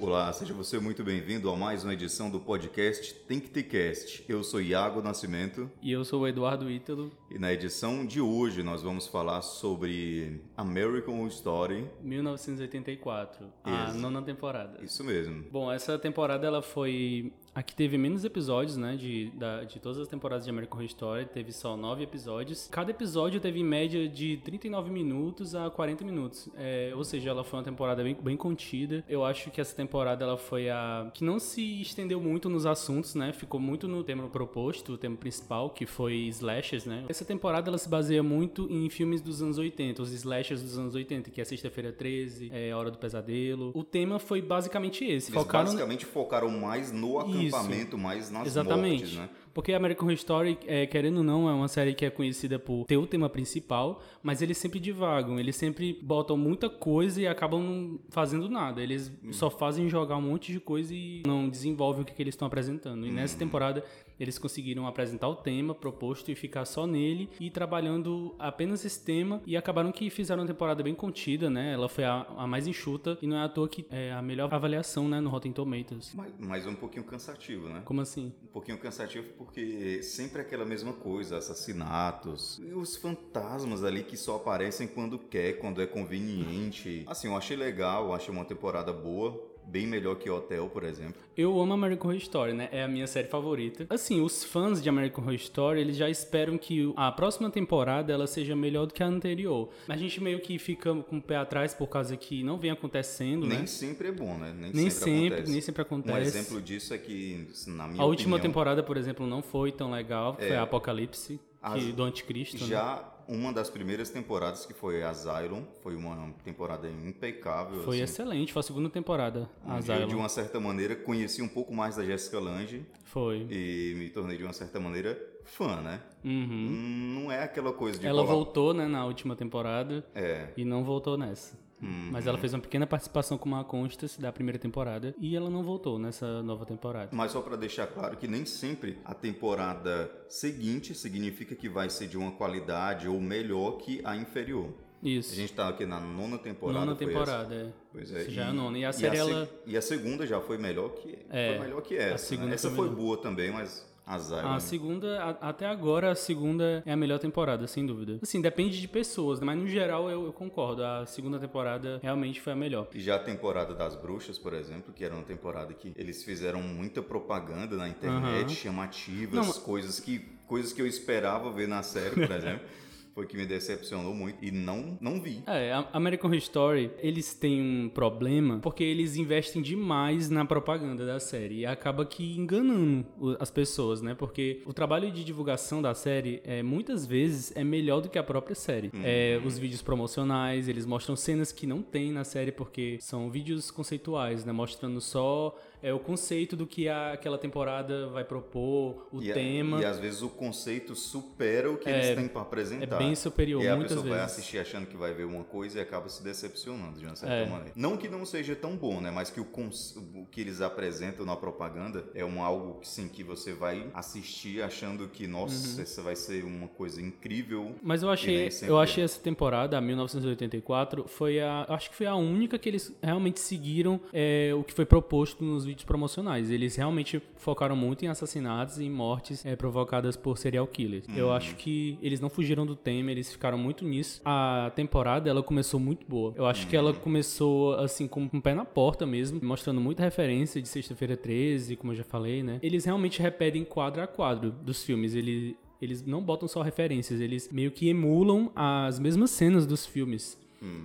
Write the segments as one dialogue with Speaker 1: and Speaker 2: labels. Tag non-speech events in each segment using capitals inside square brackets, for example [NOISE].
Speaker 1: Olá, seja você muito bem-vindo a mais uma edição do podcast Tem que ter cast. Eu sou Iago Nascimento
Speaker 2: E eu sou o Eduardo Ítalo.
Speaker 1: e na edição de hoje nós vamos falar sobre American Story.
Speaker 2: 1984, a
Speaker 1: Isso.
Speaker 2: nona temporada.
Speaker 1: Isso mesmo.
Speaker 2: Bom, essa temporada ela foi a que teve menos episódios, né? De, da- de todas as temporadas de American Horror Story, teve só nove episódios. Cada episódio teve em média de 39 minutos a 40 minutos. É, ou seja, ela foi uma temporada bem, bem contida. Eu acho que essa temporada ela foi a que não se estendeu muito nos assuntos, né? Ficou muito no tema proposto, o tema principal, que foi slashes, né? Essa temporada ela se baseia muito em filmes dos anos 80, os slashers dos anos 80, que é Sexta-feira 13, é Hora do Pesadelo. O tema foi basicamente esse.
Speaker 1: Eles
Speaker 2: Focaram
Speaker 1: basicamente focaram mais no
Speaker 2: Isso.
Speaker 1: acampamento, mais nas
Speaker 2: Exatamente.
Speaker 1: mortes, né?
Speaker 2: Porque American Horror Story, é, querendo ou não, é uma série que é conhecida por ter o tema principal, mas eles sempre divagam, eles sempre botam muita coisa e acabam não fazendo nada. Eles
Speaker 1: Hum.
Speaker 2: só fazem jogar um monte de coisa e não desenvolvem o que, que eles estão apresentando. E
Speaker 1: Hum.
Speaker 2: nessa temporada, eles conseguiram apresentar o tema proposto e ficar só nele e ir trabalhando apenas esse tema e acabaram que fizeram uma temporada bem contida, né? Ela foi a, a mais enxuta e não é à toa que é a melhor avaliação, né, no Rotten Tomatoes.
Speaker 1: Mas, mas um pouquinho cansativo, né?
Speaker 2: Como assim?
Speaker 1: Um pouquinho cansativo porque sempre é aquela mesma coisa, assassinatos, e os fantasmas ali que só aparecem quando quer, quando é
Speaker 2: [LAUGHS]
Speaker 1: conveniente. Assim, eu achei legal, eu achei uma temporada boa, bem melhor que Hotel, por exemplo.
Speaker 2: Eu amo American Horror Story, né? É a minha série favorita. Assim, os fãs de American Horror Story, eles já esperam que a próxima temporada ela seja melhor do que a anterior. A gente meio que fica com o pé atrás por causa que não vem acontecendo,
Speaker 1: Nem
Speaker 2: né?
Speaker 1: sempre é bom, né? Nem, sempre,
Speaker 2: Nem sempre,
Speaker 1: acontece.
Speaker 2: nem sempre acontece.
Speaker 1: Um exemplo disso é que, na minha
Speaker 2: a última
Speaker 1: opinião, É.
Speaker 2: temporada, por exemplo, não foi tão legal, que foi a Apocalipse,
Speaker 1: As-
Speaker 2: que, do Anticristo, né?
Speaker 1: já uma das primeiras temporadas que foi Asylum, foi uma temporada impecável. assim.
Speaker 2: Foi excelente, foi a segunda temporada, a
Speaker 1: Onde eu, de
Speaker 2: Asylum.
Speaker 1: uma certa maneira, conheci um pouco mais da Jessica Lange
Speaker 2: Foi.
Speaker 1: e me tornei, de uma certa maneira, fã, né?
Speaker 2: Uhum.
Speaker 1: Hum, Não é aquela coisa de.
Speaker 2: Ela
Speaker 1: colar-
Speaker 2: voltou, né, na última temporada.
Speaker 1: É.
Speaker 2: E não voltou nessa.
Speaker 1: Uhum.
Speaker 2: Mas ela fez uma pequena participação com uma Constance da primeira temporada e ela não voltou nessa nova temporada.
Speaker 1: Mas só pra deixar claro que nem sempre a temporada seguinte significa que vai ser de uma qualidade ou melhor que a inferior. A
Speaker 2: Isso.
Speaker 1: gente tá aqui na nona temporada.
Speaker 2: Nona
Speaker 1: foi
Speaker 2: temporada, é.
Speaker 1: essa. Pois é.
Speaker 2: Essa já é a nona. E a
Speaker 1: se-
Speaker 2: série, ela-
Speaker 1: e a segunda já foi melhor que,
Speaker 2: É,
Speaker 1: foi melhor que essa. né?
Speaker 2: segunda
Speaker 1: Essa
Speaker 2: foi
Speaker 1: foi
Speaker 2: melhor.
Speaker 1: boa também, mas azar. né?
Speaker 2: A segunda, a- até agora, a segunda é a melhor temporada, sem dúvida. Assim, depende de pessoas, né? mas no geral eu, eu concordo. A segunda temporada realmente foi a melhor.
Speaker 1: E já a temporada das bruxas, por exemplo, que era uma temporada que eles fizeram muita propaganda na internet,
Speaker 2: Aham.
Speaker 1: chamativas,
Speaker 2: Não,
Speaker 1: coisas que coisas que eu esperava ver na série, por
Speaker 2: [LAUGHS]
Speaker 1: exemplo, foi que me decepcionou muito e não não vi.
Speaker 2: É, a American Horror Story, eles têm um problema porque eles investem demais na propaganda da série e acaba que enganando o- as pessoas, né? Porque o trabalho de divulgação da série é muitas vezes é melhor do que a própria série.
Speaker 1: Uhum.
Speaker 2: É, os vídeos promocionais, eles mostram cenas que não tem na série porque são vídeos conceituais, né? Mostrando só é, o conceito do que a- aquela temporada vai propor, o
Speaker 1: e, a-
Speaker 2: tema.
Speaker 1: e às vezes o conceito supera o que eles têm para
Speaker 2: é
Speaker 1: apresentar.
Speaker 2: bem superior,
Speaker 1: tá. e a
Speaker 2: muitas
Speaker 1: pessoa vai
Speaker 2: vezes.
Speaker 1: assistir achando que vai ver uma coisa e acaba se decepcionando de uma certa
Speaker 2: É.
Speaker 1: maneira. Não que não seja tão bom, né? Mas que o, cons- o que eles apresentam na propaganda é um algo que sim que você vai assistir achando que nossa,
Speaker 2: Uhum.
Speaker 1: essa vai ser uma coisa incrível.
Speaker 2: Mas eu
Speaker 1: E
Speaker 2: achei,
Speaker 1: nem sempre é.
Speaker 2: eu achei essa temporada, a 1984, foi a, eu acho que foi a única que eles realmente seguiram é, o que foi proposto nos vídeos promocionais. Eles realmente focaram muito em assassinatos e em mortes é, provocadas por serial killers.
Speaker 1: Uhum.
Speaker 2: Eu acho que eles não fugiram do tema, eles ficaram muito nisso. A temporada ela começou muito boa. Eu acho que
Speaker 1: Uhum.
Speaker 2: ela começou assim com um pé na porta mesmo, mostrando muita referência de Sexta-feira 13, como eu já falei, né? Eles realmente repetem quadro a quadro dos filmes. Ele eles não botam só referências, eles meio que emulam as mesmas cenas dos filmes.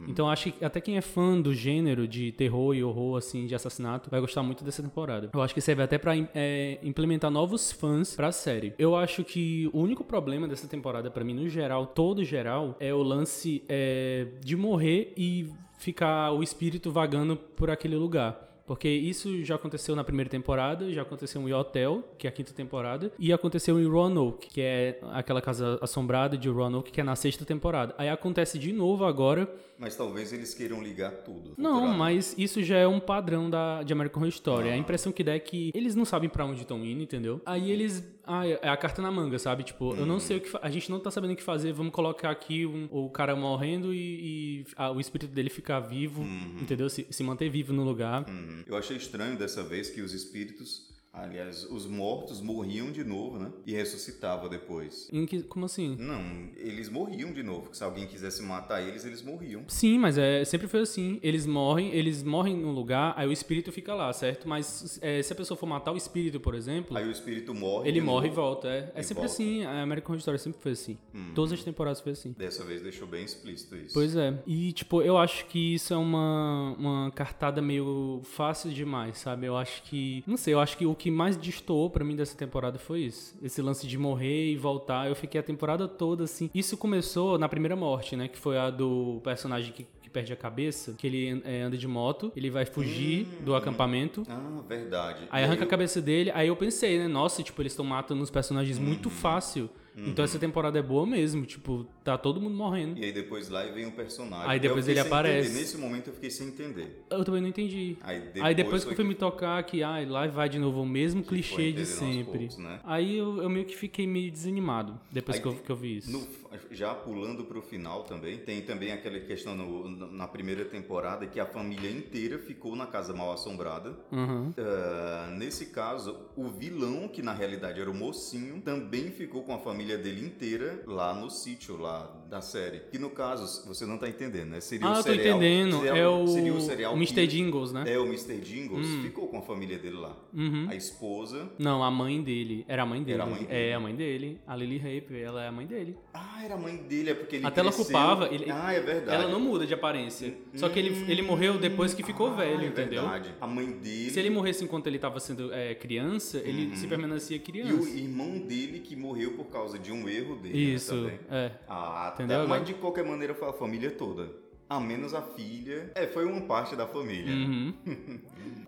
Speaker 2: Então acho que até quem é fã do gênero de terror e horror, assim, de assassinato, vai gostar muito dessa temporada. Eu acho que serve até pra im- é, implementar novos fãs pra série. Eu acho que o único problema dessa temporada, pra mim, no geral, todo geral, é o lance é, de morrer e ficar o espírito vagando por aquele lugar. Porque isso já aconteceu na primeira temporada, já aconteceu em Hotel, que é a quinta temporada, e aconteceu em Roanoke, que é aquela casa assombrada de Roanoke, que é na sexta temporada. Aí acontece de novo agora.
Speaker 1: Mas talvez eles queiram ligar tudo.
Speaker 2: Não,
Speaker 1: Cultural.
Speaker 2: mas isso já é um padrão da, de American Horror Story. A impressão que dá é que eles não sabem pra onde estão indo, entendeu? Aí eles Ah, é a carta na manga, sabe? Tipo, eu não sei o que. fa- A gente não tá sabendo o que fazer, vamos colocar aqui um- o cara morrendo e, e a- o espírito dele ficar vivo, entendeu? Se, se manter vivo no lugar.
Speaker 1: Uhum. Eu achei estranho dessa vez que os espíritos, aliás, os mortos morriam de novo, né? E ressuscitavam depois.
Speaker 2: Em que- como assim?
Speaker 1: Não, eles morriam de novo. Se alguém quisesse matar eles, eles morriam.
Speaker 2: Sim, mas é, sempre foi assim. Eles morrem, eles morrem num lugar, aí o espírito fica lá, certo? Mas é, se a pessoa for matar o espírito, por exemplo,
Speaker 1: Aí o espírito morre.
Speaker 2: ele
Speaker 1: de
Speaker 2: morre e
Speaker 1: novo.
Speaker 2: volta. É, é
Speaker 1: E
Speaker 2: sempre
Speaker 1: volta. Hum.
Speaker 2: assim. A American Horror Story sempre foi assim. Todas as temporadas foi assim.
Speaker 1: Dessa vez deixou bem explícito isso.
Speaker 2: Pois é. E, tipo, eu acho que isso é uma, uma cartada meio fácil demais, sabe? Eu acho que. Não sei, eu acho que o que mais destoou pra mim dessa temporada foi isso. Esse lance de morrer e voltar. Eu fiquei a temporada toda assim. Isso começou na primeira morte, né? Que foi a do personagem que. que Perde a cabeça, que ele é, anda de moto, ele vai fugir do acampamento.
Speaker 1: Ah, verdade.
Speaker 2: é. Aí
Speaker 1: E
Speaker 2: arranca a
Speaker 1: eu-
Speaker 2: cabeça dele, aí eu pensei, né? Nossa, tipo, eles estão matando os personagens muito fácil. Então essa temporada é boa mesmo, tipo, tá todo mundo morrendo.
Speaker 1: E aí depois lá e vem um personagem.
Speaker 2: Aí
Speaker 1: Eu
Speaker 2: depois
Speaker 1: fiquei
Speaker 2: ele
Speaker 1: sem
Speaker 2: aparece.
Speaker 1: entender. Nesse momento eu fiquei sem entender.
Speaker 2: Eu também não entendi.
Speaker 1: Aí depois,
Speaker 2: aí depois que
Speaker 1: foi
Speaker 2: eu fui me tocar que ah, lá vai de novo o mesmo
Speaker 1: foi
Speaker 2: clichê
Speaker 1: entendendo
Speaker 2: de
Speaker 1: aos
Speaker 2: sempre.
Speaker 1: poucos, né?
Speaker 2: Aí eu, eu meio que fiquei meio desanimado depois
Speaker 1: Aí
Speaker 2: que eu,
Speaker 1: tem-
Speaker 2: que eu vi isso.
Speaker 1: No- já pulando pro final também, tem também aquela questão no- na primeira temporada que a família inteira ficou na casa mal assombrada.
Speaker 2: Aham.
Speaker 1: Ah, nesse caso, o vilão, que na realidade era o mocinho, também ficou com a família dele inteira lá no sítio, lá da série. Que no caso, você não tá entendendo, né? Seria
Speaker 2: Ah,
Speaker 1: o
Speaker 2: eu tô
Speaker 1: cereal,
Speaker 2: entendendo.
Speaker 1: seria-
Speaker 2: é o,
Speaker 1: seria o cereal
Speaker 2: Mr.
Speaker 1: killer.
Speaker 2: Jingles, né? Hum.
Speaker 1: É, o Mr. Jingles ficou com a família dele lá.
Speaker 2: Uhum.
Speaker 1: A esposa.
Speaker 2: Não, a mãe dele. Era a mãe dele.
Speaker 1: É. Era a mãe dele.
Speaker 2: É, a mãe dele. A Lily Rape, ela é a mãe dele.
Speaker 1: Ah, era a mãe dele, é porque ele
Speaker 2: Até ela
Speaker 1: cresceu.
Speaker 2: ocupava, ele-
Speaker 1: Ah, é verdade. Hum,
Speaker 2: Ela não muda de aparência. Só que ele, ele morreu depois que ficou
Speaker 1: Ah,
Speaker 2: velho,
Speaker 1: é
Speaker 2: entendeu?
Speaker 1: Verdade. A mãe dele.
Speaker 2: Se ele morresse enquanto ele tava sendo é, criança, ele se permanecia
Speaker 1: Uhum. E o
Speaker 2: é criança.
Speaker 1: irmão dele que morreu por causa de um erro dele. né,
Speaker 2: Isso,
Speaker 1: também.
Speaker 2: é.
Speaker 1: Ah, tá.
Speaker 2: Entendeu agora?
Speaker 1: Mas de qualquer maneira foi a família toda. A menos a filha. É, foi uma parte da família.
Speaker 2: Uhum. [LAUGHS]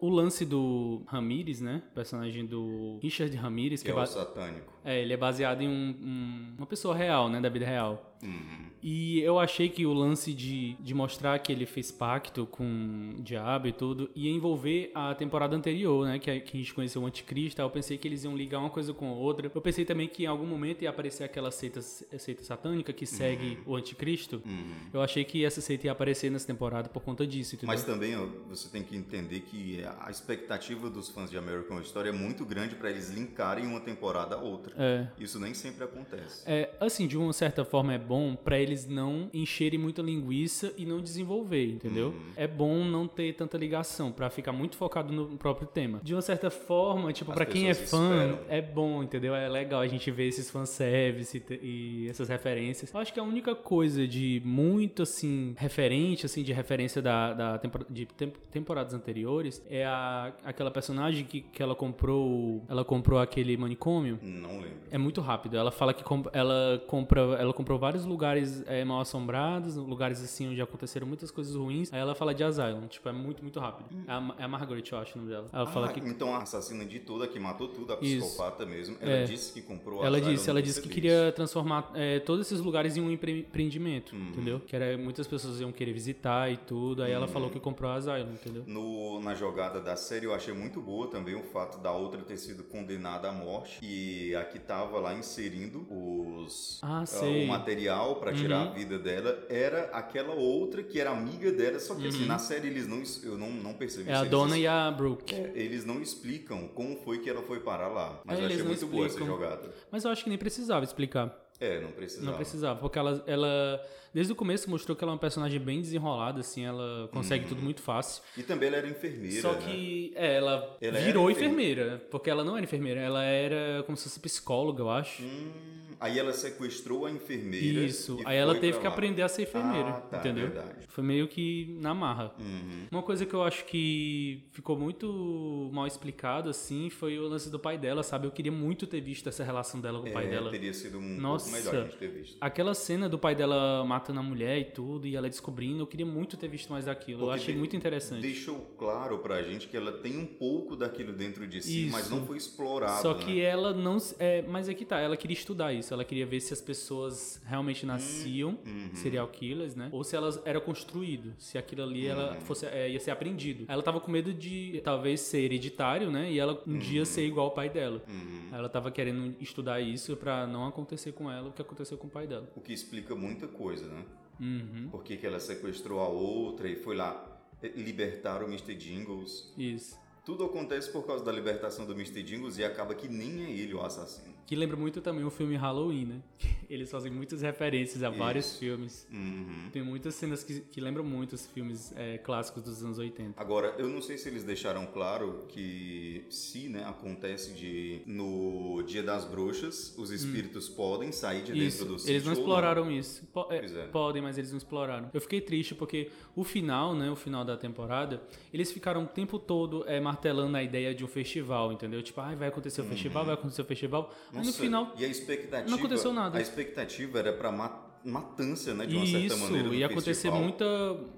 Speaker 2: o lance do Ramirez, né? Personagem do Richard Ramirez,
Speaker 1: Que
Speaker 2: que
Speaker 1: é
Speaker 2: é, ba-
Speaker 1: o satânico.
Speaker 2: é, ele é baseado em um- um- uma pessoa real, né? Da vida real.
Speaker 1: Uhum.
Speaker 2: E eu achei que o lance de, de mostrar que ele fez pacto com o diabo e tudo ia envolver a temporada anterior, né? Que a, que a gente conheceu o anticristo. aí Eu pensei que eles iam ligar uma coisa com a outra. Eu pensei também que em algum momento ia aparecer aquela seita, seita satânica que segue o anticristo.
Speaker 1: Uhum.
Speaker 2: Eu achei que essa seita ia aparecer nessa temporada por conta disso, entendeu?
Speaker 1: Mas também ó, você tem que entender que a expectativa dos fãs de American Horror Story é muito grande pra eles linkarem uma temporada a outra.
Speaker 2: É.
Speaker 1: Isso nem sempre acontece.
Speaker 2: É, assim, de uma certa forma é bom pra eles não encherem muita linguiça e não desenvolver, entendeu?
Speaker 1: Uhum.
Speaker 2: É bom não ter tanta ligação pra ficar muito focado no próprio tema. De uma certa forma, tipo,
Speaker 1: As
Speaker 2: pra quem é
Speaker 1: pessoas
Speaker 2: fã,
Speaker 1: esperam.
Speaker 2: é bom, entendeu? É legal a gente ver esses fanservice e te- e essas referências. Eu acho que a única coisa de muito, assim, referente, assim, de referência da, da tempor- de tem- temporadas anteriores é a, aquela personagem que, que ela comprou, ela comprou aquele manicômio.
Speaker 1: Não lembro.
Speaker 2: É muito rápido. Ela fala que comp- ela, compra, ela comprou vários lugares é, mal assombrados, lugares assim onde aconteceram muitas coisas ruins. Aí ela fala de Asylum, tipo, é muito, muito rápido. É a, Ma- é a Margaret, eu acho, o nome dela. Ela fala
Speaker 1: Ah,
Speaker 2: que.
Speaker 1: Então a assassina de toda, que matou tudo, a
Speaker 2: Isso.
Speaker 1: psicopata mesmo, ela
Speaker 2: É.
Speaker 1: disse que comprou a
Speaker 2: Ela
Speaker 1: Asylum
Speaker 2: disse, ela
Speaker 1: do
Speaker 2: disse que
Speaker 1: Feliz.
Speaker 2: queria transformar é, todos esses lugares em um empre- empreendimento,
Speaker 1: Uhum.
Speaker 2: entendeu? Que era, muitas pessoas iam querer visitar e tudo. Aí ela
Speaker 1: Uhum.
Speaker 2: falou que comprou a Asylum, entendeu?
Speaker 1: No- na jogada da série eu achei muito boa também o fato da outra ter sido condenada à morte e a que tava lá inserindo os
Speaker 2: Ah,
Speaker 1: ah,
Speaker 2: sei. Uhum.
Speaker 1: o material pra tirar a vida dela era aquela outra que era amiga dela só que assim, na série eles não es- eu não, não percebi
Speaker 2: Uhum. É
Speaker 1: se
Speaker 2: a
Speaker 1: eles
Speaker 2: Donna
Speaker 1: es-
Speaker 2: e a Brooke.
Speaker 1: é, eles não explicam como foi que ela foi parar lá mas
Speaker 2: É,
Speaker 1: eu achei
Speaker 2: eles não
Speaker 1: muito boa essa
Speaker 2: explicam.
Speaker 1: jogada
Speaker 2: Mas eu acho que nem precisava explicar.
Speaker 1: é não precisava
Speaker 2: Não precisava, porque ela, ela desde o começo mostrou que ela é uma personagem bem desenrolada, assim, ela consegue
Speaker 1: Uhum.
Speaker 2: tudo muito fácil.
Speaker 1: e também ela era enfermeira
Speaker 2: Só
Speaker 1: né?
Speaker 2: que é, ela,
Speaker 1: Ela era
Speaker 2: virou
Speaker 1: enfermeira.
Speaker 2: enfermeira. né? porque ela não era enfermeira, ela era como se fosse psicóloga, eu acho.
Speaker 1: Hum, aí ela sequestrou a enfermeira
Speaker 2: Isso.
Speaker 1: e
Speaker 2: Aí ela
Speaker 1: foi
Speaker 2: teve
Speaker 1: pra
Speaker 2: que
Speaker 1: lá.
Speaker 2: aprender a ser enfermeira,
Speaker 1: Ah, tá,
Speaker 2: entendeu?
Speaker 1: verdade.
Speaker 2: Foi meio que na marra.
Speaker 1: Uhum.
Speaker 2: Uma coisa que eu acho que ficou muito mal explicado, assim, foi o lance do pai dela, sabe? Eu queria muito ter visto essa relação dela com o pai
Speaker 1: É,
Speaker 2: dela.
Speaker 1: Teria sido um
Speaker 2: Nossa.
Speaker 1: pouco melhor a gente ter visto.
Speaker 2: Aquela cena do pai dela matando a mulher e tudo, e ela descobrindo, eu queria muito ter visto mais daquilo. eu
Speaker 1: Porque
Speaker 2: achei
Speaker 1: de-
Speaker 2: muito interessante.
Speaker 1: Deixou claro pra gente que ela tem um pouco daquilo dentro de si,
Speaker 2: Isso.
Speaker 1: mas não foi explorado.
Speaker 2: Só
Speaker 1: né?
Speaker 2: que ela não. se- É, mas é que é tá, ela queria estudar isso, isso. Ela queria ver se as pessoas realmente nasciam
Speaker 1: uhum.
Speaker 2: serial killers, né? Ou se elas era construído, se aquilo ali ela
Speaker 1: Hum.
Speaker 2: fosse é, ia ser aprendido. Ela tava com medo de talvez ser hereditário, né? E ela um dia ser igual ao pai dela.
Speaker 1: Uhum.
Speaker 2: Ela tava querendo estudar isso pra não acontecer com ela o que aconteceu com o pai dela.
Speaker 1: O que explica muita coisa, né?
Speaker 2: Uhum.
Speaker 1: Por que, que ela sequestrou a outra e foi lá eh, libertar o Mr. Jingles.
Speaker 2: Isso.
Speaker 1: Tudo acontece por causa da libertação do Mr. Jingles e acaba que nem é ele o assassino.
Speaker 2: Que lembra muito também o filme Halloween, né? [LAUGHS] Eles fazem muitas referências a vários filmes.
Speaker 1: Uhum.
Speaker 2: Tem muitas cenas que, que lembram muito os filmes é, clássicos dos anos 80.
Speaker 1: Agora, eu não sei se eles deixaram claro que se né, acontece de no Dia das Bruxas, os espíritos podem sair de dentro
Speaker 2: Hum. Isso,
Speaker 1: do
Speaker 2: eles
Speaker 1: sítio
Speaker 2: não
Speaker 1: ou
Speaker 2: exploraram isso. Po- é,
Speaker 1: Pois é.
Speaker 2: Podem, mas eles não exploraram. Eu fiquei triste porque o final, né, o final da temporada, eles ficaram o tempo todo é, martelando a ideia de um festival, entendeu? Tipo, ah, vai acontecer o festival, vai acontecer o festival. Mas no
Speaker 1: Uhum. Nossa,
Speaker 2: final,
Speaker 1: e a expectativa,
Speaker 2: não aconteceu nada.
Speaker 1: A expectativa era pra ma- matança, né, de uma certa
Speaker 2: isso,
Speaker 1: maneira do
Speaker 2: ia acontecer
Speaker 1: festival.
Speaker 2: muita,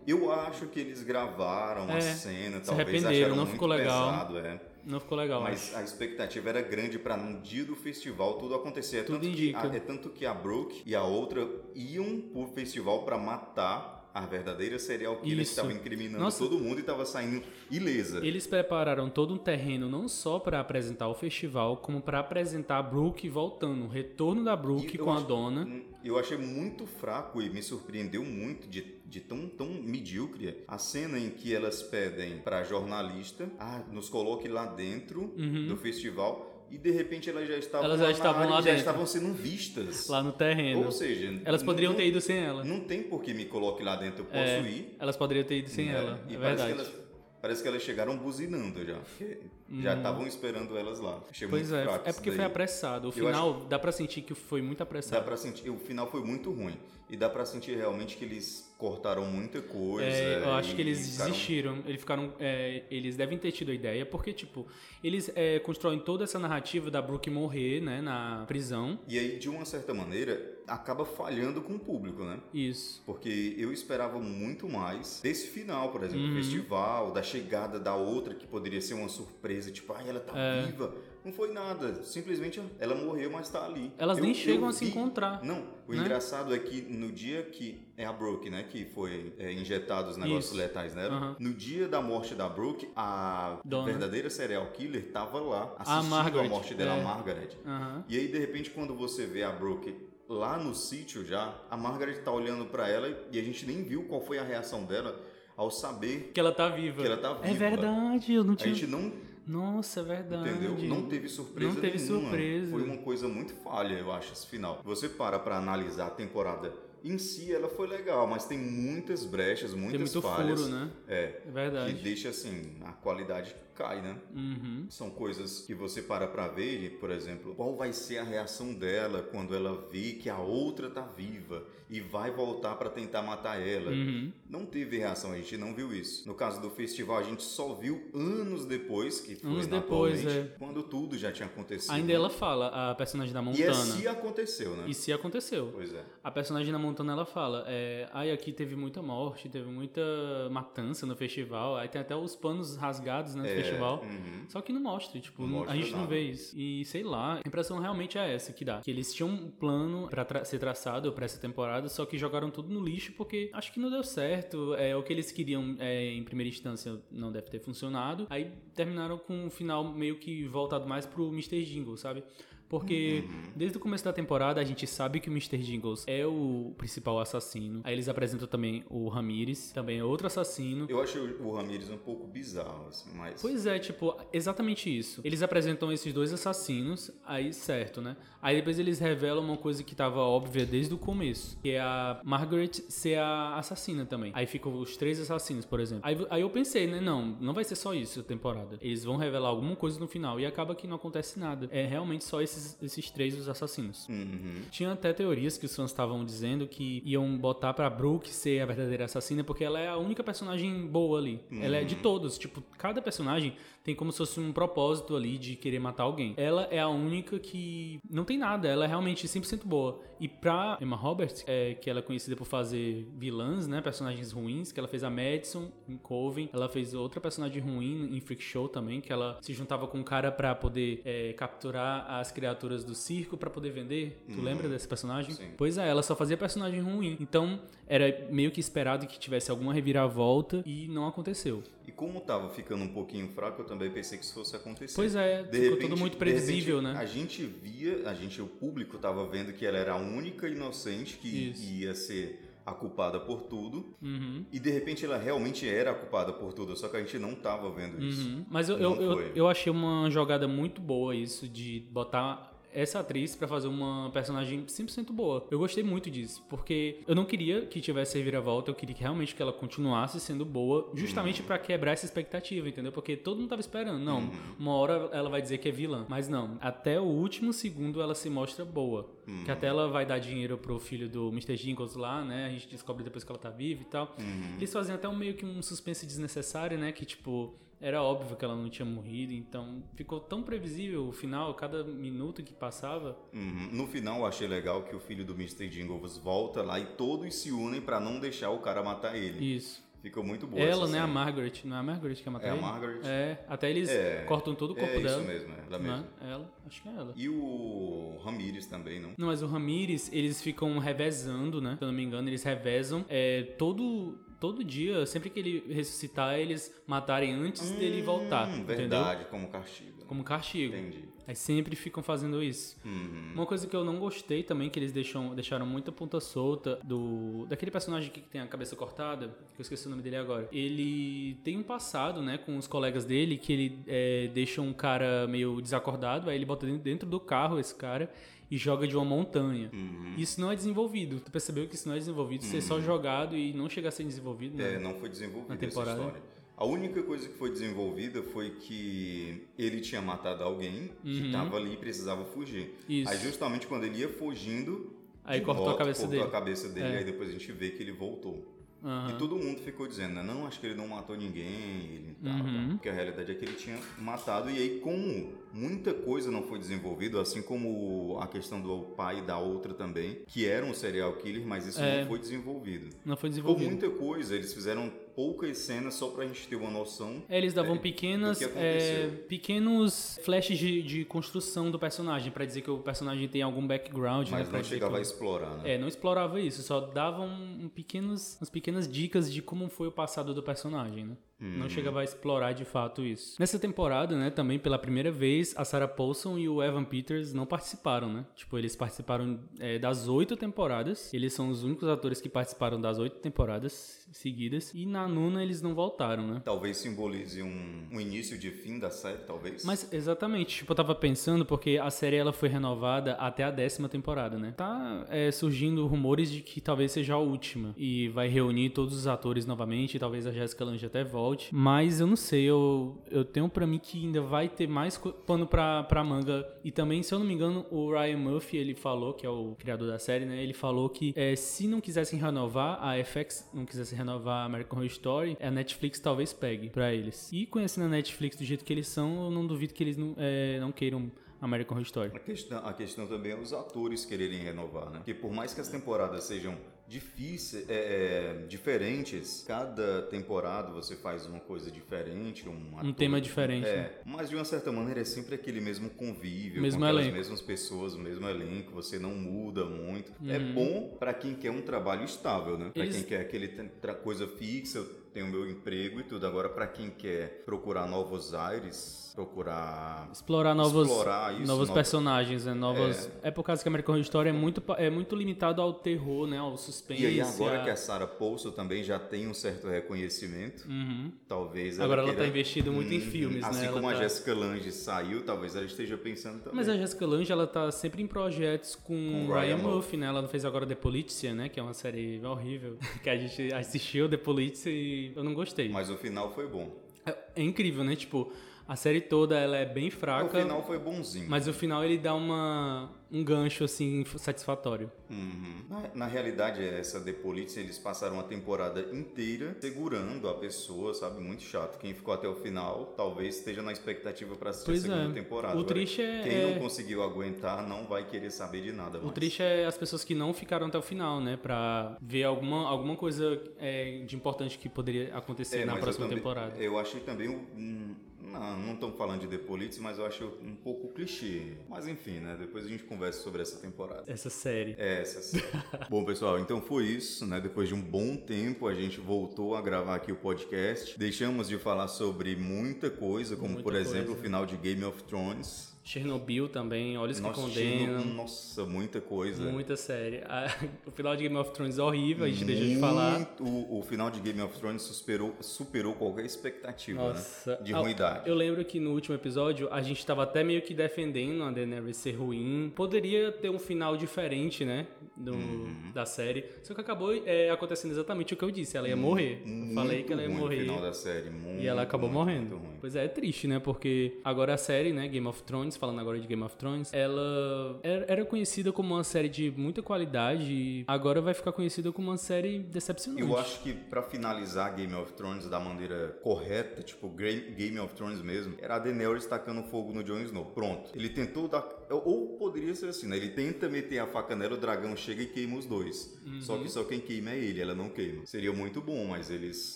Speaker 1: Eu acho que eles gravaram
Speaker 2: É,
Speaker 1: a cena,
Speaker 2: se
Speaker 1: talvez
Speaker 2: arrependeram,
Speaker 1: acharam
Speaker 2: não
Speaker 1: muito
Speaker 2: ficou legal.
Speaker 1: pesado, é.
Speaker 2: Não ficou legal.
Speaker 1: Mas a expectativa era grande pra no dia do festival tudo acontecer. É
Speaker 2: Tudo
Speaker 1: tanto
Speaker 2: indica.
Speaker 1: Que a, é tanto que a Brooke e a outra iam pro festival pra matar a verdadeira serial killer que
Speaker 2: Isso.
Speaker 1: estava incriminando
Speaker 2: Nossa.
Speaker 1: todo mundo e estava saindo ilesa.
Speaker 2: Eles prepararam todo um terreno não só pra apresentar o festival, como pra apresentar a Brooke voltando, o retorno da Brooke
Speaker 1: E eu
Speaker 2: com a
Speaker 1: acho-
Speaker 2: dona.
Speaker 1: Hum, Eu achei muito fraco e me surpreendeu muito de, de tão, tão medíocre a cena em que elas pedem pra jornalista, ah, nos coloque lá dentro
Speaker 2: Uhum.
Speaker 1: do festival e de repente elas já estavam
Speaker 2: Elas já
Speaker 1: lá na
Speaker 2: estavam
Speaker 1: área
Speaker 2: lá
Speaker 1: e já
Speaker 2: dentro.
Speaker 1: estavam sendo vistas.
Speaker 2: Lá no terreno.
Speaker 1: Ou seja,
Speaker 2: Elas poderiam
Speaker 1: não,
Speaker 2: ter ido sem ela.
Speaker 1: Não tem por que me coloque lá dentro, eu posso
Speaker 2: É,
Speaker 1: ir.
Speaker 2: Elas poderiam ter ido sem
Speaker 1: né?
Speaker 2: ela.
Speaker 1: E parece
Speaker 2: é verdade.
Speaker 1: que elas Parece que elas chegaram buzinando já. porque Já estavam esperando elas lá. Achei
Speaker 2: Uhum. Pois
Speaker 1: muito
Speaker 2: é,
Speaker 1: fraco
Speaker 2: é
Speaker 1: isso
Speaker 2: porque foi
Speaker 1: daí.
Speaker 2: apressado. O
Speaker 1: Eu acho-
Speaker 2: final, dá pra sentir que foi muito
Speaker 1: Dá
Speaker 2: apressado.
Speaker 1: pra sentir, o final foi muito ruim. E dá pra sentir realmente que eles cortaram muita coisa.
Speaker 2: É, eu acho
Speaker 1: e
Speaker 2: que eles
Speaker 1: ficaram-
Speaker 2: desistiram. Eles ficaram. é, eles devem ter tido a ideia, porque, tipo, eles é, constroem toda essa narrativa da Brooke morrer, né, na prisão.
Speaker 1: E aí, de uma certa maneira, acaba falhando com o público, né?
Speaker 2: Isso.
Speaker 1: Porque eu esperava muito mais desse final, por exemplo,
Speaker 2: Uhum.
Speaker 1: do festival, da chegada da outra, que poderia ser uma surpresa, tipo, ai, ela tá
Speaker 2: É.
Speaker 1: viva. Não foi nada. Simplesmente ela morreu, mas tá ali.
Speaker 2: Elas
Speaker 1: Eu-
Speaker 2: nem
Speaker 1: eu
Speaker 2: chegam a se
Speaker 1: vi-
Speaker 2: encontrar.
Speaker 1: Não, o
Speaker 2: né?
Speaker 1: engraçado é que no dia que é a Brooke, né, que foi é, injetado os negócios
Speaker 2: Isso.
Speaker 1: letais nela,
Speaker 2: Aham.
Speaker 1: no dia da morte da Brooke, a
Speaker 2: Dona.
Speaker 1: verdadeira serial killer tava lá assistindo a,
Speaker 2: Margaret,
Speaker 1: morte dela,
Speaker 2: é.
Speaker 1: a Margaret.
Speaker 2: Aham.
Speaker 1: E aí, de repente, quando você vê a Brooke lá no sítio já, a Margaret tá olhando pra ela e a gente nem viu qual foi a reação dela ao saber
Speaker 2: Que ela tá viva.
Speaker 1: que ela tá
Speaker 2: É
Speaker 1: viva.
Speaker 2: verdade, eu não
Speaker 1: a
Speaker 2: tinha.
Speaker 1: gente não
Speaker 2: Nossa, é verdade.
Speaker 1: Entendeu? Não teve surpresa
Speaker 2: Não teve
Speaker 1: nenhuma.
Speaker 2: surpresa.
Speaker 1: Foi uma coisa muito falha, eu acho, esse final. Você para pra analisar a temporada em si, ela foi legal, mas tem muitas brechas,
Speaker 2: Tem
Speaker 1: muitas
Speaker 2: muito
Speaker 1: falhas.
Speaker 2: furo, né?
Speaker 1: É.
Speaker 2: É
Speaker 1: Que
Speaker 2: verdade.
Speaker 1: deixa assim, a qualidade cai, né?
Speaker 2: Uhum.
Speaker 1: São coisas que você para pra ver, e, por exemplo, qual vai ser a reação dela quando ela vê que a outra tá viva e vai voltar pra tentar matar ela.
Speaker 2: Uhum.
Speaker 1: Não teve reação, a gente não viu isso. No caso do festival, a gente só viu anos depois, que foi
Speaker 2: Anos
Speaker 1: naturalmente,
Speaker 2: depois, é.
Speaker 1: quando tudo já tinha acontecido.
Speaker 2: Ainda ela fala, a personagem da
Speaker 1: E é
Speaker 2: Montana.
Speaker 1: se aconteceu, né?
Speaker 2: E se aconteceu.
Speaker 1: Pois é.
Speaker 2: A personagem da Montana, ela fala, é, ai, aqui teve muita morte, teve muita matança no festival, aí tem até os panos rasgados, né, no
Speaker 1: É,
Speaker 2: festival.
Speaker 1: uhum.
Speaker 2: Só que não mostra, tipo,
Speaker 1: Não
Speaker 2: não-
Speaker 1: mostra
Speaker 2: a gente não
Speaker 1: nada.
Speaker 2: vê isso. E sei lá, a impressão realmente é essa que dá. Que eles tinham um plano pra tra- ser traçado pra essa temporada, só que jogaram tudo no lixo porque acho que não deu certo. É o que eles queriam é, em primeira instância não deve ter funcionado. Aí terminaram com um final meio que voltado mais pro Mr. Jingle, sabe? Porque
Speaker 1: Uhum.
Speaker 2: desde o começo da temporada a gente sabe que o Mr. Jingles é o principal assassino. Aí eles apresentam também o Ramirez, também é outro assassino.
Speaker 1: Eu achei o o Ramirez um pouco bizarro, assim, mas.
Speaker 2: Pois é, tipo, exatamente isso. Eles apresentam esses dois assassinos, aí certo, né? Aí depois eles revelam uma coisa que tava óbvia desde o começo, que é a Margaret ser a assassina também. Aí ficam os três assassinos, por exemplo. Aí, aí eu pensei, né, não, não vai ser só isso a temporada. Eles vão revelar alguma coisa no final e acaba que não acontece nada. É realmente só esses, esses três os assassinos.
Speaker 1: Uhum.
Speaker 2: Tinha até teorias que os fãs estavam dizendo que iam botar pra Brooke ser a verdadeira assassina, porque ela é a única personagem boa ali. Ela é de todos. Tipo, cada personagem tem como se fosse um propósito ali de querer matar alguém. Ela é a única que não tem nada. Ela é realmente 100% boa. E pra Emma Roberts, é, que ela é conhecida por fazer vilãs, né? Personagens ruins, que ela fez a Madison em Coven. Ela fez outra personagem ruim em Freak Show também, que ela se juntava com um cara pra poder é, capturar as criaturas criaturas do circo pra poder vender. Tu
Speaker 1: Hum.
Speaker 2: lembra desse personagem?
Speaker 1: Sim.
Speaker 2: Pois é, ela só fazia personagem ruim. Então, era meio que esperado que tivesse alguma reviravolta e não aconteceu.
Speaker 1: E como tava ficando um pouquinho fraco, eu também pensei que isso fosse acontecer.
Speaker 2: Pois
Speaker 1: De
Speaker 2: é, ficou
Speaker 1: repente-
Speaker 2: tudo muito
Speaker 1: de
Speaker 2: previsível,
Speaker 1: repente,
Speaker 2: né?
Speaker 1: A gente via, a gente, o público tava vendo que ela era a única inocente que
Speaker 2: Isso.
Speaker 1: ia ser a culpada por tudo.
Speaker 2: Uhum.
Speaker 1: E de repente ela realmente era a culpada por tudo, só que a gente não tava vendo isso.
Speaker 2: Uhum. Mas eu,
Speaker 1: Não
Speaker 2: eu, eu,
Speaker 1: foi.
Speaker 2: eu achei uma jogada muito boa isso de botar essa atriz pra fazer uma personagem 100% boa. Eu gostei muito disso, porque eu não queria que tivesse reviravolta, eu queria que realmente que ela continuasse sendo boa,
Speaker 1: Uhum.
Speaker 2: justamente pra quebrar essa expectativa, entendeu? Porque todo mundo tava esperando, não, uma hora ela vai dizer que é vilã, mas não, até o último segundo ela se mostra boa, que
Speaker 1: Uhum.
Speaker 2: até ela vai dar dinheiro pro filho do Mr. Jingles lá, né? A gente descobre depois que ela tá viva e tal.
Speaker 1: Uhum.
Speaker 2: Eles faziam até um meio que um suspense desnecessário, né? Que tipo, era óbvio que ela não tinha morrido, então ficou tão previsível o final, cada minuto que passava.
Speaker 1: Uhum. No final eu achei legal que o filho do Mr. Jingles volta lá e todos se unem pra não deixar o cara matar ele.
Speaker 2: Isso.
Speaker 1: Ficou muito boa
Speaker 2: ela,
Speaker 1: essa
Speaker 2: né? A
Speaker 1: cena.
Speaker 2: Margaret. Não é a Margaret que é matar
Speaker 1: É a
Speaker 2: ele?
Speaker 1: Margaret.
Speaker 2: É. Até eles
Speaker 1: É,
Speaker 2: cortam todo o corpo
Speaker 1: É isso
Speaker 2: dela.
Speaker 1: mesmo, é, ela
Speaker 2: né?
Speaker 1: mesma.
Speaker 2: Ela. Acho que é ela.
Speaker 1: E o Ramires também, não?
Speaker 2: Não, mas o Ramires, eles ficam revezando, né? Se eu não me engano, eles revezam é, todo, todo dia, sempre que ele ressuscitar, eles matarem antes dele
Speaker 1: Hum,
Speaker 2: voltar. Entendeu?
Speaker 1: Verdade, como castigo. né?
Speaker 2: Como castigo.
Speaker 1: Entendi.
Speaker 2: Aí sempre ficam fazendo isso.
Speaker 1: Uhum.
Speaker 2: Uma coisa que eu não gostei também, que eles deixam, deixaram muita ponta solta do. Daquele personagem que tem a cabeça cortada, que eu esqueci o nome dele agora. Ele tem um passado, né, com os colegas dele, que ele é, deixa um cara meio desacordado, aí ele bota dentro, dentro do carro esse cara e joga de uma montanha.
Speaker 1: Uhum.
Speaker 2: Isso não é desenvolvido. Tu percebeu que isso não é desenvolvido, isso é só jogado e não chega a ser desenvolvido, né?
Speaker 1: É, não foi desenvolvida
Speaker 2: Na temporada. né?
Speaker 1: essa história. A única coisa que foi desenvolvida foi que ele tinha matado alguém que
Speaker 2: Uhum.
Speaker 1: estava ali e precisava fugir.
Speaker 2: Isso.
Speaker 1: Aí justamente quando ele ia fugindo,
Speaker 2: Aí
Speaker 1: de
Speaker 2: cortou a
Speaker 1: volta,
Speaker 2: cabeça
Speaker 1: cortou
Speaker 2: dele.
Speaker 1: a cabeça dele,
Speaker 2: É.
Speaker 1: aí depois a gente vê que ele voltou.
Speaker 2: Aham.
Speaker 1: E todo mundo ficou dizendo, né, não, acho que ele não matou ninguém, ele tava.
Speaker 2: Uhum.
Speaker 1: Porque a realidade é que ele tinha matado. E aí, como muita coisa não foi desenvolvida, assim como a questão do pai e da outra também, que era um serial killer, mas isso
Speaker 2: É.
Speaker 1: não foi desenvolvido.
Speaker 2: Não
Speaker 1: Ficou
Speaker 2: foi desenvolvido.
Speaker 1: muita coisa, eles fizeram poucas cenas só pra gente ter uma noção.
Speaker 2: É, Eles davam
Speaker 1: É,
Speaker 2: pequenas,
Speaker 1: do que aconteceu.
Speaker 2: é, pequenos flashes de, de construção do personagem, pra dizer que o personagem tem algum background, né?
Speaker 1: Mas
Speaker 2: pra
Speaker 1: não
Speaker 2: dizer
Speaker 1: chegava a
Speaker 2: que...
Speaker 1: explorar, né?
Speaker 2: É, não explorava isso, só davam um pequenos, umas pequenas dicas de como foi o passado do personagem, né?
Speaker 1: Hum.
Speaker 2: Não chegava a explorar de fato isso. Nessa temporada, né, também pela primeira vez, a Sarah Paulson e o Evan Peters não participaram, né? Tipo, eles participaram é, das oito temporadas. Eles são os únicos atores que participaram das oito temporadas seguidas. E na nona eles não voltaram, né?
Speaker 1: Talvez simbolize um, um início de fim da série, talvez.
Speaker 2: Mas exatamente, tipo, eu tava pensando porque a série ela foi renovada até a décima temporada, né? Tá é, surgindo rumores de que talvez seja a última e vai reunir todos os atores novamente, talvez a Jessica Lange até volte, mas eu não sei, eu, eu tenho pra mim que ainda vai ter mais co- pano pra, pra manga e também, se eu não me engano, o Ryan Murphy, ele falou, que é o criador da série, né? Ele falou que é, se não quisessem renovar a FX, não quisesse renovar a American Horror Story, a Netflix talvez pegue pra eles. E conhecendo a Netflix do jeito que eles são, eu não duvido que eles não, é, não queiram American Horror Story.
Speaker 1: A questão, a questão também é os atores quererem renovar, né? Porque por mais que as temporadas sejam difíceis, é, é, diferentes, cada temporada você faz uma coisa diferente, um, ator-
Speaker 2: tema diferente,
Speaker 1: É,
Speaker 2: né?
Speaker 1: mas de uma certa maneira é sempre aquele mesmo convívio,
Speaker 2: Mesmo
Speaker 1: com aquelas
Speaker 2: elenco.
Speaker 1: mesmas pessoas, o mesmo elenco, você não muda muito. É
Speaker 2: Uhum.
Speaker 1: bom pra quem quer um trabalho estável, né? Pra
Speaker 2: Eles-
Speaker 1: quem quer aquele tra- tra- coisa fixa, eu tenho meu emprego e tudo. Agora pra quem quer procurar novos aires, procurar
Speaker 2: Explorar novos,
Speaker 1: Explorar isso,
Speaker 2: novos
Speaker 1: novas-
Speaker 2: personagens, né? Novas... É. por causa que American Horror Story é muito, pa- é muito limitado ao terror, né? Ao suspense.
Speaker 1: E aí agora
Speaker 2: a-
Speaker 1: que a Sarah Paulson também já tem um certo reconhecimento,
Speaker 2: Uhum.
Speaker 1: talvez ela
Speaker 2: Agora ela tá
Speaker 1: queira-
Speaker 2: investindo muito em
Speaker 1: Hum,
Speaker 2: filmes,
Speaker 1: assim
Speaker 2: né? Ela
Speaker 1: como a
Speaker 2: tá-
Speaker 1: Jessica Lange saiu, talvez ela esteja pensando também.
Speaker 2: Mas a Jessica Lange, ela tá sempre em projetos com,
Speaker 1: Com Ryan
Speaker 2: Ryan Murphy, né? Ela fez agora The Politician, né? Que é uma série horrível. [LAUGHS] Que a gente assistiu The Politician e eu não gostei.
Speaker 1: Mas o final foi bom.
Speaker 2: É, é incrível, né? Tipo, a série toda, ela é bem
Speaker 1: o
Speaker 2: fraca.
Speaker 1: final foi bonzinho.
Speaker 2: Mas o final, ele dá uma, um gancho, assim, satisfatório.
Speaker 1: Uhum. Na, na realidade, essa The Police, eles passaram a temporada inteira segurando a pessoa, sabe? Muito chato. Quem ficou até o final, talvez esteja na expectativa pra assistir
Speaker 2: Pois
Speaker 1: a segunda
Speaker 2: é.
Speaker 1: temporada.
Speaker 2: O
Speaker 1: Agora,
Speaker 2: triste é-
Speaker 1: Quem
Speaker 2: é-
Speaker 1: não conseguiu aguentar não vai querer saber de nada
Speaker 2: O
Speaker 1: mais.
Speaker 2: triste é as pessoas que não ficaram até o final, né? Pra ver alguma, alguma coisa é, de importante que poderia acontecer
Speaker 1: É,
Speaker 2: na
Speaker 1: mas eu
Speaker 2: próxima
Speaker 1: também-
Speaker 2: temporada.
Speaker 1: Eu achei também um- um- Não, não estamos falando de The Police, mas eu acho um pouco clichê. Mas enfim, né? Depois a gente conversa sobre essa temporada.
Speaker 2: Essa série.
Speaker 1: É, essa
Speaker 2: [LAUGHS]
Speaker 1: série. Bom, pessoal, então foi isso, né? Depois de um bom tempo, a gente voltou a gravar aqui o podcast. Deixamos de falar sobre muita coisa, como
Speaker 2: Muita
Speaker 1: por exemplo
Speaker 2: coisa.
Speaker 1: o final de Game of Thrones.
Speaker 2: Chernobyl também, Olhos que
Speaker 1: Nossa,
Speaker 2: Condenam.
Speaker 1: Chino, nossa, muita coisa.
Speaker 2: Muita série. A- [LAUGHS] o final de Game of Thrones é horrível, a gente deixou de falar.
Speaker 1: Muito- né? O, o final de Game of Thrones superou, superou qualquer expectativa,
Speaker 2: Nossa.
Speaker 1: né? De
Speaker 2: Ah,
Speaker 1: ruindade.
Speaker 2: Eu lembro que no último episódio a gente tava até meio que defendendo a Daenerys ser ruim. Poderia ter um final diferente, né? Do,
Speaker 1: Uhum.
Speaker 2: Da série. Só que acabou é, acontecendo exatamente o que eu disse. Ela ia morrer. Eu
Speaker 1: Uhum. Muito
Speaker 2: falei que ela ia
Speaker 1: ruim O
Speaker 2: morrer.
Speaker 1: final da série, muito,
Speaker 2: E ela acabou
Speaker 1: muito,
Speaker 2: morrendo.
Speaker 1: muito ruim.
Speaker 2: Pois é, é triste, né? Porque agora a série, né, Game of Thrones, falando agora de Game of Thrones, ela era era conhecida como uma série de muita qualidade e agora vai ficar conhecida como uma série decepcionante.
Speaker 1: Eu acho que pra finalizar Game of Thrones da maneira correta, tipo Gra- Game of Thrones mesmo, era a Daenerys tacando fogo no Jon Snow. Pronto. Ele tentou dar... Ou poderia ser assim, né? Ele tenta meter a faca nela, o dragão chega e queima os dois.
Speaker 2: Uhum.
Speaker 1: Só que só quem queima é ele, ela não queima. Seria muito bom, mas eles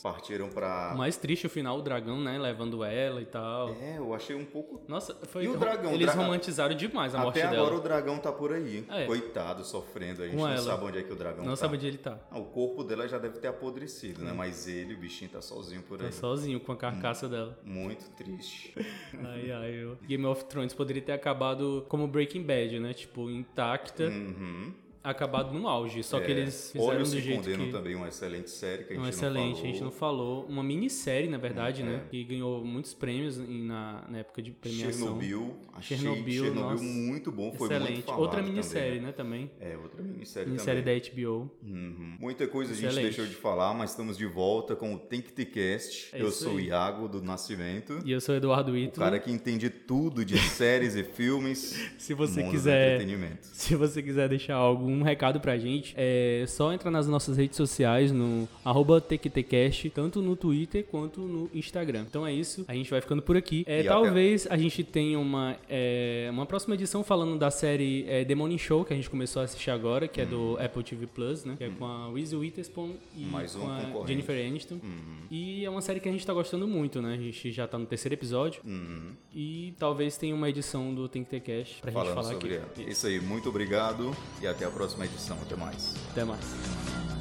Speaker 1: partiram pra...
Speaker 2: Mais triste o final, o dragão, né, levando ela e tal.
Speaker 1: É, eu achei um pouco
Speaker 2: Nossa, foi
Speaker 1: E o dragão?
Speaker 2: eles
Speaker 1: O dra-
Speaker 2: romantizaram demais a morte
Speaker 1: Até
Speaker 2: dela.
Speaker 1: agora o dragão tá por aí. hein?
Speaker 2: É.
Speaker 1: Coitado, sofrendo. A gente
Speaker 2: Com
Speaker 1: não
Speaker 2: ela.
Speaker 1: sabe onde é que o dragão
Speaker 2: Não
Speaker 1: tá.
Speaker 2: sabe onde ele tá.
Speaker 1: Ah, o corpo dela já deve ter apodrecido, né? Mas ele, o bichinho, tá sozinho por
Speaker 2: Tá
Speaker 1: aí.
Speaker 2: sozinho
Speaker 1: Hum.
Speaker 2: com a
Speaker 1: [LAUGHS]
Speaker 2: carcaça dela.
Speaker 1: Muito triste.
Speaker 2: Ai, ai, eu... Game of Thrones poderia ter acabado como Breaking Bad, né? Tipo, intacta,
Speaker 1: Uhum.
Speaker 2: acabado no auge. Só
Speaker 1: É.
Speaker 2: que eles fizeram
Speaker 1: Olhos
Speaker 2: do
Speaker 1: que
Speaker 2: jeito
Speaker 1: Condenam
Speaker 2: que...
Speaker 1: também, uma excelente série que a gente
Speaker 2: Um
Speaker 1: não
Speaker 2: excelente,
Speaker 1: falou.
Speaker 2: a gente não falou. Uma minissérie, na verdade,
Speaker 1: Hum,
Speaker 2: né? Que ganhou muitos prêmios em- na, na época de premiação.
Speaker 1: Chernobyl. Achei
Speaker 2: Chernobyl,
Speaker 1: Chernobyl,
Speaker 2: nossa.
Speaker 1: muito bom. Foi muito
Speaker 2: Excelente.
Speaker 1: falado
Speaker 2: Outra
Speaker 1: também,
Speaker 2: minissérie,
Speaker 1: né?
Speaker 2: né? Também.
Speaker 1: É, outra minissérie,
Speaker 2: Minissérie
Speaker 1: também.
Speaker 2: da HBO.
Speaker 1: Uhum. Muita coisa a gente
Speaker 2: Excelente.
Speaker 1: deixou de falar, mas estamos de volta com o Think the Cast.
Speaker 2: É
Speaker 1: Eu
Speaker 2: isso
Speaker 1: sou o
Speaker 2: aí.
Speaker 1: Iago do Nascimento.
Speaker 2: E eu sou o Eduardo
Speaker 1: O
Speaker 2: Ito.
Speaker 1: cara que entende tudo de séries e filmes.
Speaker 2: [LAUGHS] Se você
Speaker 1: mundo um do
Speaker 2: quiser.
Speaker 1: entretenimento.
Speaker 2: [LAUGHS] Se você quiser deixar algum recado pra gente, é só entrar nas nossas redes sociais, no arroba TQTcast, tanto no Twitter quanto no Instagram. Então é isso, a gente vai ficando por aqui. É,
Speaker 1: E até-
Speaker 2: talvez a gente tenha uma, é, uma próxima edição falando da série é, The Morning Show, que a gente começou a assistir agora, que é do Apple TV Plus, né? Que é com a Reese Witherspoon e
Speaker 1: Uhum. Mais
Speaker 2: com
Speaker 1: uma
Speaker 2: a
Speaker 1: concorrente. Uhum.
Speaker 2: Jennifer Aniston. E é uma série que a gente tá gostando muito, né? A gente já tá no terceiro episódio.
Speaker 1: Uhum.
Speaker 2: E talvez tenha uma edição do Tem que Ter Cash pra gente
Speaker 1: Falando
Speaker 2: falar
Speaker 1: sobre É
Speaker 2: aqui.
Speaker 1: ela. Isso aí, muito obrigado e até a próxima edição. Até mais.
Speaker 2: Até mais.